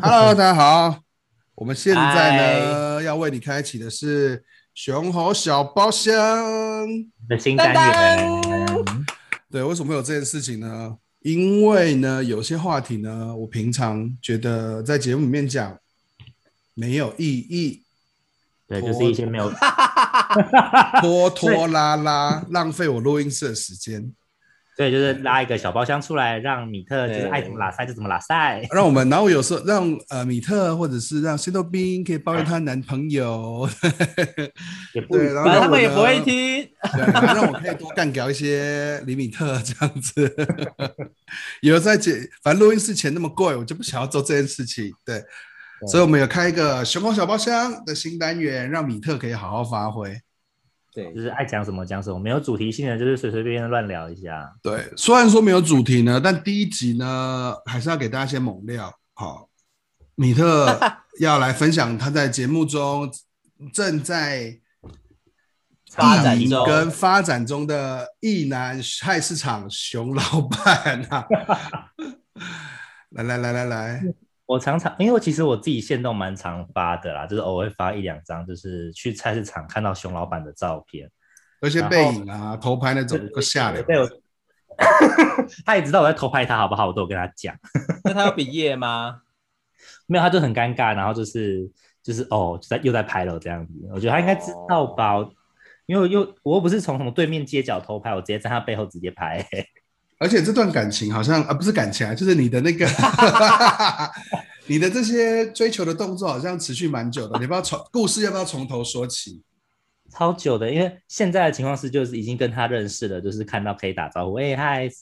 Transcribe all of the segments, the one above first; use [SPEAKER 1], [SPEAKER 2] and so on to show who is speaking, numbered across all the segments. [SPEAKER 1] Hello，大家好，我们现在呢要为你开启的是熊猴小包厢。
[SPEAKER 2] 的新单元，
[SPEAKER 1] 对，为什么会有这件事情呢？因为呢，有些话题呢，我平常觉得在节目里面讲没有意义，
[SPEAKER 2] 对，就是一些 没有，
[SPEAKER 1] 拖拖拉拉，浪费我录音室的时间，
[SPEAKER 2] 对，就是拉一个小包厢出来，让米特就是爱怎么拉塞就怎么拉塞。
[SPEAKER 1] 让我们，然后有时候让呃米特或者是让仙豆冰可以抱怨她男朋友，
[SPEAKER 2] 也不
[SPEAKER 1] 对，然后
[SPEAKER 3] 反正他
[SPEAKER 1] 让我
[SPEAKER 3] 们也
[SPEAKER 1] 呢
[SPEAKER 3] 不会听。
[SPEAKER 1] 对，然后让我可以多干掉一些李米特这样子。 有在解，反正录音室钱那么贵，我就不想要做这件事情。对，
[SPEAKER 2] 对
[SPEAKER 1] 所以我们有开一个熊猫小包厢的新单元，让米特可以好好发挥。
[SPEAKER 3] 对
[SPEAKER 2] 就是爱讲什么讲什么，没有主题性的，就是随随便便乱聊一下。
[SPEAKER 1] 对，虽然说没有主题呢，但第一集呢，还是要给大家一些猛料。好，米特要来分享他在节目中正在
[SPEAKER 3] 发展中
[SPEAKER 1] 跟发展中的意南菜市场熊老板啊。 来来来来来，
[SPEAKER 2] 我常常，因为其实我自己线动蛮常发的啦，就是偶尔会发一两张，就是去菜市场看到熊老板的照片，
[SPEAKER 1] 有些背影啊、头拍那种
[SPEAKER 2] 对
[SPEAKER 1] 够吓人。
[SPEAKER 2] 对，我 他也知道我在偷拍他，好不好？我都有跟他讲。
[SPEAKER 3] 那他要毕业吗？
[SPEAKER 2] 没有，他就很尴尬，然后就是就是哦，就在又在拍了这样子。我觉得他应该知道吧，因为我又我又不是从什么对面街角偷拍，我直接在他背后直接拍、
[SPEAKER 1] 而且这段感情好像啊，不是感情啊，就是你的那 个，你的这些追求的动作好像持续蛮 久的。你要不要从故事要不要从头说起？
[SPEAKER 2] 超久的。因为现在的情况是，就是已经跟他认识了，就是看到可以打招呼，哎、嗨，直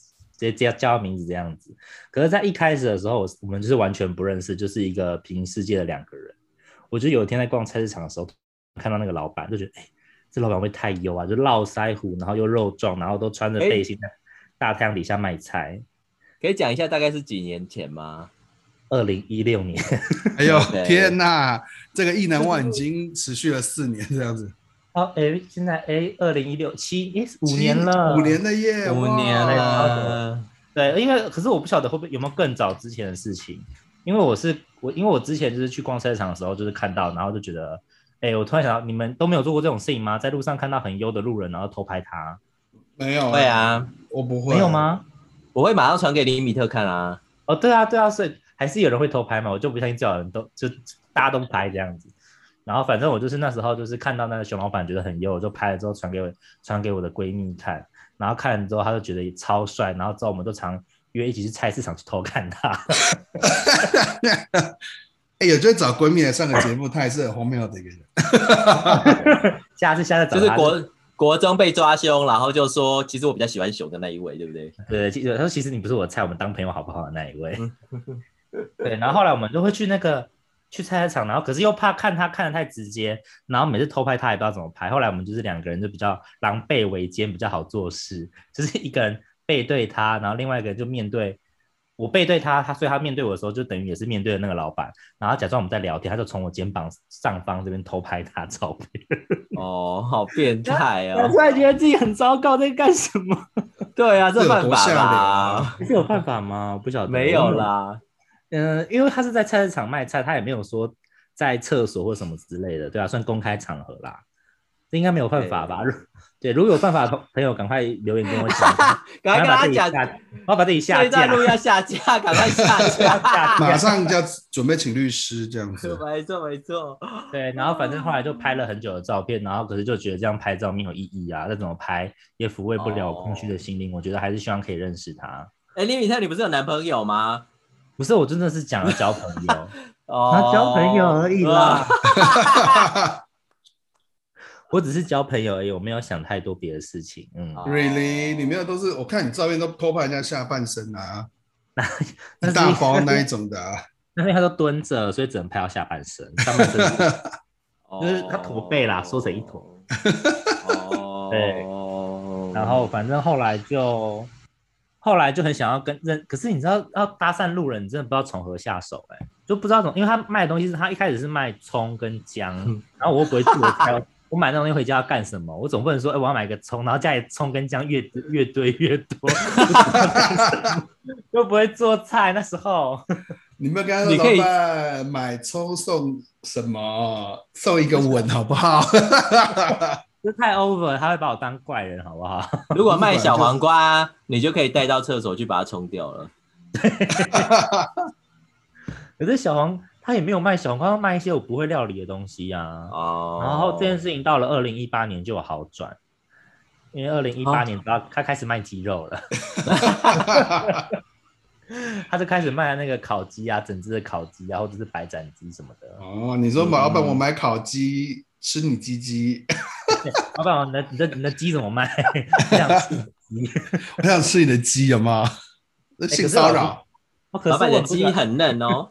[SPEAKER 2] 接叫叫他名字这样子。可是，在一开始的时候，我我们就是完全不认识，就是一个平行世界的两个人。我就有一天在逛菜市场的时候，看到那个老板，就觉得哎、这老板会不会太优啊，就络腮胡，然后又肉壮，然后都穿着
[SPEAKER 3] 哎
[SPEAKER 2] 背心在大太阳底下卖菜。
[SPEAKER 3] 可以讲一下大概是几年前吗？
[SPEAKER 2] 二零一六年，
[SPEAKER 1] 哎呦
[SPEAKER 3] OK
[SPEAKER 1] 天哪，这个意难忘已经持续了四年这样子，
[SPEAKER 2] 哦，哎，现在哎，二零一六七，哎，五年了，
[SPEAKER 1] 五年了耶，
[SPEAKER 3] 五年
[SPEAKER 1] 哇
[SPEAKER 2] 啊
[SPEAKER 3] 了，
[SPEAKER 2] 对，因为可是我不晓得会不会有没有更早之前的事情，因为我是我，因为我之前就是去逛菜市场的时候，就是看到，然后就觉得，哎，我突然想到，你们都没有做过这种事情吗？在路上看到很优的路人，然后偷拍他，
[SPEAKER 1] 没有，
[SPEAKER 3] 会，啊，
[SPEAKER 1] 我不会，
[SPEAKER 2] 没有？吗？
[SPEAKER 3] 我会马上传给林米特看啊。
[SPEAKER 2] 哦，对啊，对啊，所以还是有人会偷拍嘛，我就不相信最好人都就大家都拍这样子。然后反正我就是那时候就是看到那个熊老板觉得很优，我就拍了之后传给我传给我的闺蜜看，然后看了之后她就觉得超帅，然后之后我们都常约一起去菜市场去偷看他。
[SPEAKER 1] 哎，有就会找闺蜜来上个节目，她也是很荒谬的一个人。
[SPEAKER 2] 下次下
[SPEAKER 1] 啊
[SPEAKER 2] 次找
[SPEAKER 3] 就是
[SPEAKER 2] 他
[SPEAKER 3] 国国中被抓凶，然后就说其实我比较喜欢熊的那一位，对不对？
[SPEAKER 2] 对，其实他说其实你不是我的菜，我们当朋友好不好？那一
[SPEAKER 3] 嗯
[SPEAKER 2] 位，对，然后后来我们就会去那个去菜市场，然后可是又怕看他看的太直接，然后每次偷拍他也不知道怎么拍。后来我们就是两个人就比较狼狈为奸，比较好做事，就是一个人背对他，然后另外一个人就面对我背对他，他所以他面对我的时候就等于也是面对了那个老板，然后假装我们在聊天，他就从我肩膀上方这边偷拍他照片，
[SPEAKER 3] 哦，好变态
[SPEAKER 2] 我
[SPEAKER 3] 哦
[SPEAKER 2] 突！然觉得自己很糟糕，在干什 么？
[SPEAKER 3] 对啊，这犯
[SPEAKER 1] 这有多吓
[SPEAKER 3] 法
[SPEAKER 1] 人
[SPEAKER 3] 吧
[SPEAKER 1] 啊？
[SPEAKER 2] 是有办法吗？我不晓得，
[SPEAKER 3] 没有啦，
[SPEAKER 2] 嗯，因为他是在菜市场卖菜，他也没有说在厕所或什么之类的，对啊，算公开场合啦，这应该没有办法吧？如 对，如果有办法，的朋友赶快留言跟我 讲，
[SPEAKER 3] 赶快
[SPEAKER 2] 我要
[SPEAKER 3] 跟他
[SPEAKER 2] 把自己
[SPEAKER 3] 讲，
[SPEAKER 2] 下我要把自己下
[SPEAKER 3] 这一段
[SPEAKER 2] 架。
[SPEAKER 3] 路要下架，赶快下 架。
[SPEAKER 1] 马上就要准备请律师这 样子，
[SPEAKER 3] 没错没错，
[SPEAKER 2] 对，然后反正后来就拍了很久的照片，然后可是就觉得这样拍照没有意义啊，再怎么拍也抚慰不了我空虚
[SPEAKER 3] 哦
[SPEAKER 2] 的心灵。我觉得还是希望可以认识他。
[SPEAKER 3] 哎，林米特，你不是有男朋友吗？
[SPEAKER 2] 不是，我真的是讲了交朋友，
[SPEAKER 3] 哦，
[SPEAKER 2] 交朋友而已啦
[SPEAKER 3] 啊。
[SPEAKER 2] 我只是交朋友而已，我没有想太多别的事情。嗯，
[SPEAKER 3] 哦
[SPEAKER 1] Really，你没有都是我看你照片都偷拍人家下半身啊，
[SPEAKER 2] 那是
[SPEAKER 1] 大包那一种的啊，
[SPEAKER 2] 那边他都蹲着，所以只能拍到下半身，上半身是就是他驼背啦缩成一坨。
[SPEAKER 3] 哦
[SPEAKER 2] 对，然后反正后来就后来就很想要跟认，可是你知道要搭讪路人，你真的不知道从何下手哎、就不知道怎么，因为他卖的东西是他一开始是卖葱跟姜，然后我又不会做菜， 我买那东西回家要干什么？我总不能说哎、我要买个葱，然后家里葱跟姜越 越堆越多，就不会做菜那时候。
[SPEAKER 1] 你们刚刚
[SPEAKER 3] 你可
[SPEAKER 1] 说
[SPEAKER 3] 以
[SPEAKER 1] 老板买抽送什么？送一个 吻好不好？
[SPEAKER 2] 这太 over，他会把我当怪人，好不好？
[SPEAKER 3] 如果卖小黄瓜，你就可以带到厕所去把它冲掉了。
[SPEAKER 2] 可是小黄他也没有卖小黄瓜，他卖一些我不会料理的东西啊。
[SPEAKER 3] 哦，
[SPEAKER 2] 然后这件事情到了二零一八年就有好转，因为二零一八
[SPEAKER 3] 啊
[SPEAKER 2] 年他他开始卖鸡肉 了，他就开始卖那个烤鸡啊，整只的烤鸡啊，或者是白斩鸡什么的。
[SPEAKER 1] 哦，你说老板，我买烤鸡吃你鸡 鸡，
[SPEAKER 2] 老板，你的你的你的鸡怎么卖？ 这样子。
[SPEAKER 1] 我想吃你的鸡，有吗？这
[SPEAKER 2] 哎可
[SPEAKER 1] 性
[SPEAKER 2] 是
[SPEAKER 1] 骚
[SPEAKER 2] 老
[SPEAKER 1] 扰，
[SPEAKER 2] 哦可
[SPEAKER 3] 老
[SPEAKER 2] 是
[SPEAKER 3] 板
[SPEAKER 2] 我
[SPEAKER 3] 的
[SPEAKER 2] 不
[SPEAKER 3] 鸡
[SPEAKER 2] 敢
[SPEAKER 3] 很嫩哦，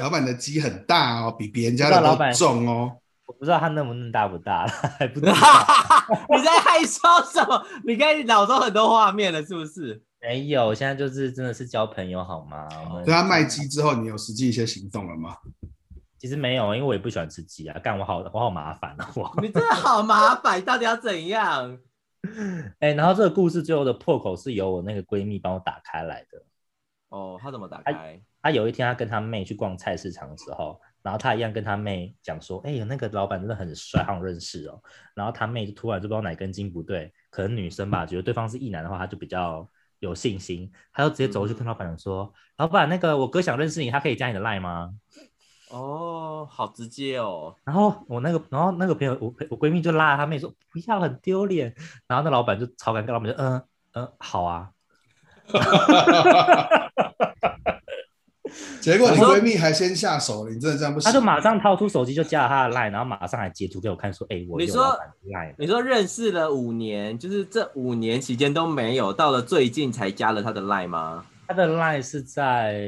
[SPEAKER 1] 老板的鸡很大哦，比别人家
[SPEAKER 2] 不知
[SPEAKER 1] 的
[SPEAKER 2] 道老
[SPEAKER 1] 都
[SPEAKER 2] 板
[SPEAKER 1] 重哦。
[SPEAKER 2] 我不知道它嫩不嫩大不大，还不知 道。
[SPEAKER 3] 你在害羞什么？你刚才脑中很多画面了，是不是？
[SPEAKER 2] 没有，我现在就是真的是交朋友好吗？我们
[SPEAKER 1] 所以
[SPEAKER 3] 啊
[SPEAKER 1] 他卖鸡之后，你有实际一些行动了吗？
[SPEAKER 2] 其实没有，因为我也不喜欢吃鸡啊，干我好我好麻烦啊我。
[SPEAKER 3] 你真的好麻烦，到底要怎样？
[SPEAKER 2] 哎、然后这个故事最后的破口是由我那个闺蜜帮我打开来的。
[SPEAKER 3] 哦，他怎么打开？
[SPEAKER 2] 她有一天她跟她妹去逛菜市场的时候，然后她一样跟她妹讲说：“哎、呦，那个老板真的很帅，好认识哦。”然后她妹就突然就不知道哪根筋不对，可能女生吧，觉得对方是异男的话，她就比较有信心，她就直接走过去跟老板娘说：“老板，那个我哥想认识你，他可以加你的 line 吗？”
[SPEAKER 3] 哦，好直接哦。
[SPEAKER 2] 然后我那个，然后那个朋友，我我闺蜜就拉她妹说不要，很丢脸。然后那老板就超尴尬，老板就嗯嗯好啊，
[SPEAKER 1] 结果你
[SPEAKER 3] 我说
[SPEAKER 1] 闺蜜还先下手了，你真的这样不行？
[SPEAKER 2] 她就马上掏出手机就加了他的 line，然后马上还截图给我看说，哎、我
[SPEAKER 3] 你
[SPEAKER 2] 有
[SPEAKER 3] 说
[SPEAKER 2] 老板的 line，
[SPEAKER 3] 你说认识了五年，就是这五年期间都没有，到了最近才加了他的 line 吗？
[SPEAKER 2] 他的 line 是在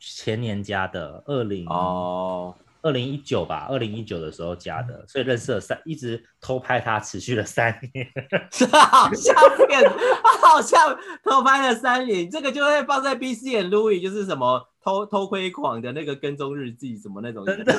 [SPEAKER 2] 前年加的，二零
[SPEAKER 3] 哦，
[SPEAKER 2] 二零一九吧，二零一九的时候加的，所以认识了三，一直偷拍他，持续了三年。
[SPEAKER 3] 好像 骗，好像偷拍了三年，这个就会放在 B C 眼 Louis，就是什么偷偷窥狂的那个跟踪日记什么那种。真的，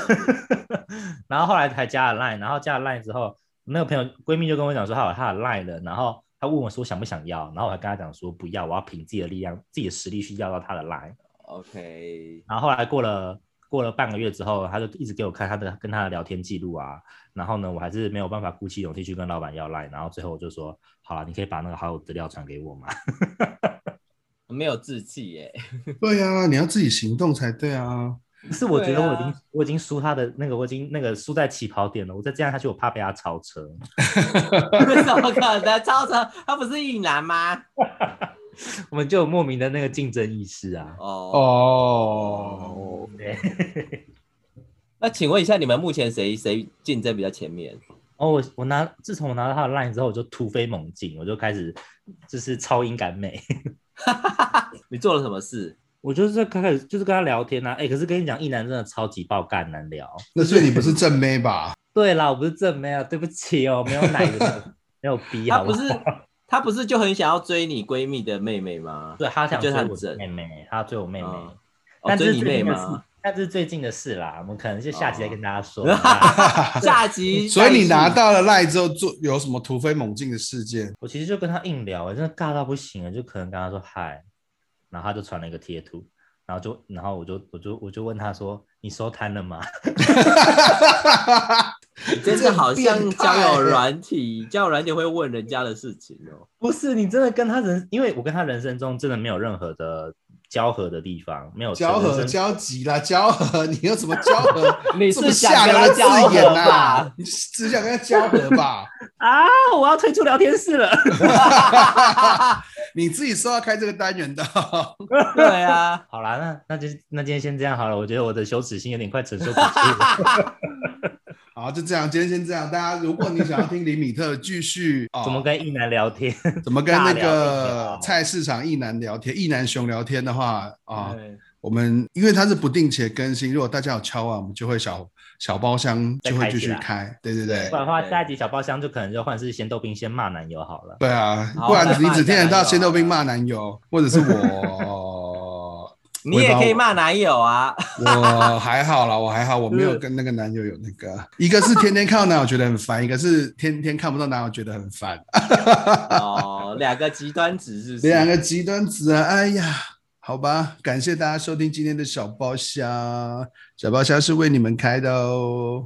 [SPEAKER 2] 然后后来才加了 line，然后加了 line 之后，那个朋友闺蜜就跟我讲说她有她的 line 了，然后她问我说想不想要，然后我还跟她讲说不要，我要凭自己的力量、自己的实力去要到她的 line。
[SPEAKER 3] OK，
[SPEAKER 2] 然后后来过了过了半个月之后，她就一直给我看她的跟她的聊天记录啊，然后呢，我还是没有办法鼓起勇气去跟老板要 line，然后最后我就说好了，你可以把那个好友资料传给我嘛。
[SPEAKER 3] 没有志气耶。
[SPEAKER 1] 对呀、啊，你要自己行动才对啊。
[SPEAKER 2] 可是我觉得
[SPEAKER 3] 对啊
[SPEAKER 2] 我已经、我已经输她的那个，我已经那个输在起跑点了，我再这样下去，我怕被她超车。
[SPEAKER 3] 怎么可能？超车他不是一男吗？
[SPEAKER 2] 我们就有莫名的那个竞争意识啊。
[SPEAKER 3] 哦，
[SPEAKER 1] 哦，
[SPEAKER 2] 对。
[SPEAKER 3] 那请问一下，你们目前谁谁竞争比较前面？
[SPEAKER 2] 哦，我我拿，自从我拿到他的 line 之后，我就突飞猛进，我就开始就是超音感美，
[SPEAKER 3] 你做了什么事？
[SPEAKER 2] 我就是开始就是跟他聊天啊，哎、可是跟你讲，一男真的超级爆干难聊。
[SPEAKER 1] 那所以你不是正妹吧？
[SPEAKER 2] 对啦，我不是正妹啊，对不起哦，没有奶 的，没有逼
[SPEAKER 3] 他
[SPEAKER 2] 好
[SPEAKER 3] 不
[SPEAKER 2] 好
[SPEAKER 3] 是他不是就很想要追你闺蜜的妹妹吗？
[SPEAKER 2] 对他想
[SPEAKER 3] 就
[SPEAKER 2] 追
[SPEAKER 3] 是很
[SPEAKER 2] 我
[SPEAKER 3] 正
[SPEAKER 2] 的妹妹，他追我妹妹，
[SPEAKER 3] 嗯哦，
[SPEAKER 2] 但这
[SPEAKER 3] 追
[SPEAKER 2] 是
[SPEAKER 3] 你
[SPEAKER 2] 最
[SPEAKER 3] 妹
[SPEAKER 2] 近的事
[SPEAKER 3] 吗？，
[SPEAKER 2] 但这是最近的事啦，我们可能就下集再
[SPEAKER 3] 哦
[SPEAKER 2] 跟大家 说啦。
[SPEAKER 3] 下集，
[SPEAKER 1] 所以你拿
[SPEAKER 3] 下集
[SPEAKER 1] 到了赖之后，做有什么突飞猛进的事件？
[SPEAKER 2] 我其实就跟他硬聊，欸真的尬到不行了，就可能跟他说嗨，然后他就传了一个贴图，然后就然后我就我就我就问他说你收摊了吗？
[SPEAKER 3] 你真的好像
[SPEAKER 1] 这很变态
[SPEAKER 3] 交友软体，交友软体会问人家的事情哦。
[SPEAKER 2] 不是你真的跟他人，因为我跟他人生中真的没有任何的交合的地方，没有
[SPEAKER 1] 交
[SPEAKER 2] 人
[SPEAKER 1] 合
[SPEAKER 2] 生
[SPEAKER 1] 交集啦，交合，你有什么交合？
[SPEAKER 3] 你
[SPEAKER 1] 这么
[SPEAKER 3] 是
[SPEAKER 1] 下
[SPEAKER 3] 想跟
[SPEAKER 1] 流
[SPEAKER 3] 他
[SPEAKER 1] 的字
[SPEAKER 3] 交
[SPEAKER 1] 眼
[SPEAKER 3] 合
[SPEAKER 1] 呐、
[SPEAKER 3] 吧
[SPEAKER 1] 啊？？你只想跟他交合吧？
[SPEAKER 2] 啊！我要退出聊天室了。
[SPEAKER 1] 你自己说要开这个单元的，
[SPEAKER 3] 对啊，
[SPEAKER 2] 好啦，那那就那今天先这样好了。我觉得我的羞耻心有点快承受不住了。
[SPEAKER 1] 好，就这样，今天先这样。大家，如果你想要听李米特继续、哦、
[SPEAKER 2] 怎么跟一男聊天？
[SPEAKER 1] 怎么跟那
[SPEAKER 2] 大
[SPEAKER 1] 个
[SPEAKER 2] 聊
[SPEAKER 1] 菜市场一男聊天、一男熊聊天的话啊，我们因为它是不定期的更新，如果大家有敲啊，我们就会小小包厢就会继续
[SPEAKER 2] 再
[SPEAKER 1] 开，对对对
[SPEAKER 2] 不，然的话，下一集小包厢就可能就换是咸豆冰先骂男友好了。
[SPEAKER 1] 对啊，
[SPEAKER 3] 好
[SPEAKER 1] 不然你只听得到
[SPEAKER 3] 再骂一下
[SPEAKER 1] 仙豆冰骂男友，或者是我，
[SPEAKER 3] 你也可以骂男友啊。
[SPEAKER 1] 我还好啦，我还好，我没有跟那个男友有那个，一个是天天看到男友觉得很烦，一个是天天看不到男友觉得很烦，
[SPEAKER 3] 哦，两个极端值是不是？
[SPEAKER 1] 两个极端值啊，哎呀，好吧，感谢大家收听今天的小包厢，小包厢是为你们开的哦。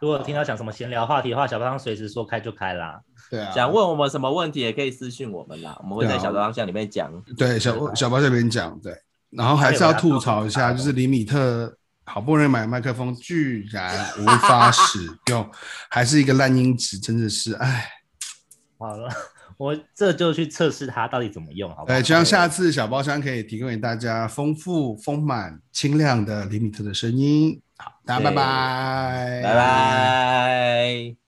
[SPEAKER 2] 如果听到想什么闲聊话题的话，小胖随时说开就开啦。
[SPEAKER 1] 对啊，
[SPEAKER 3] 想问我们什么问题也可以私信我们啦，我们会在小方向里面讲。
[SPEAKER 1] 对啊小小包这边讲对，然后还是要吐槽一下，就是李米特好不容易买麦克风，居然无法使用，还是一个烂音质，真的是哎唉。
[SPEAKER 2] 好了， 我这就去测试它到底怎么用，好不好？
[SPEAKER 1] 哎对，希望下次小包厢可以提供给大家丰富、丰满、清啊亮的李米特的声音。好，大家拜拜，
[SPEAKER 3] 拜拜。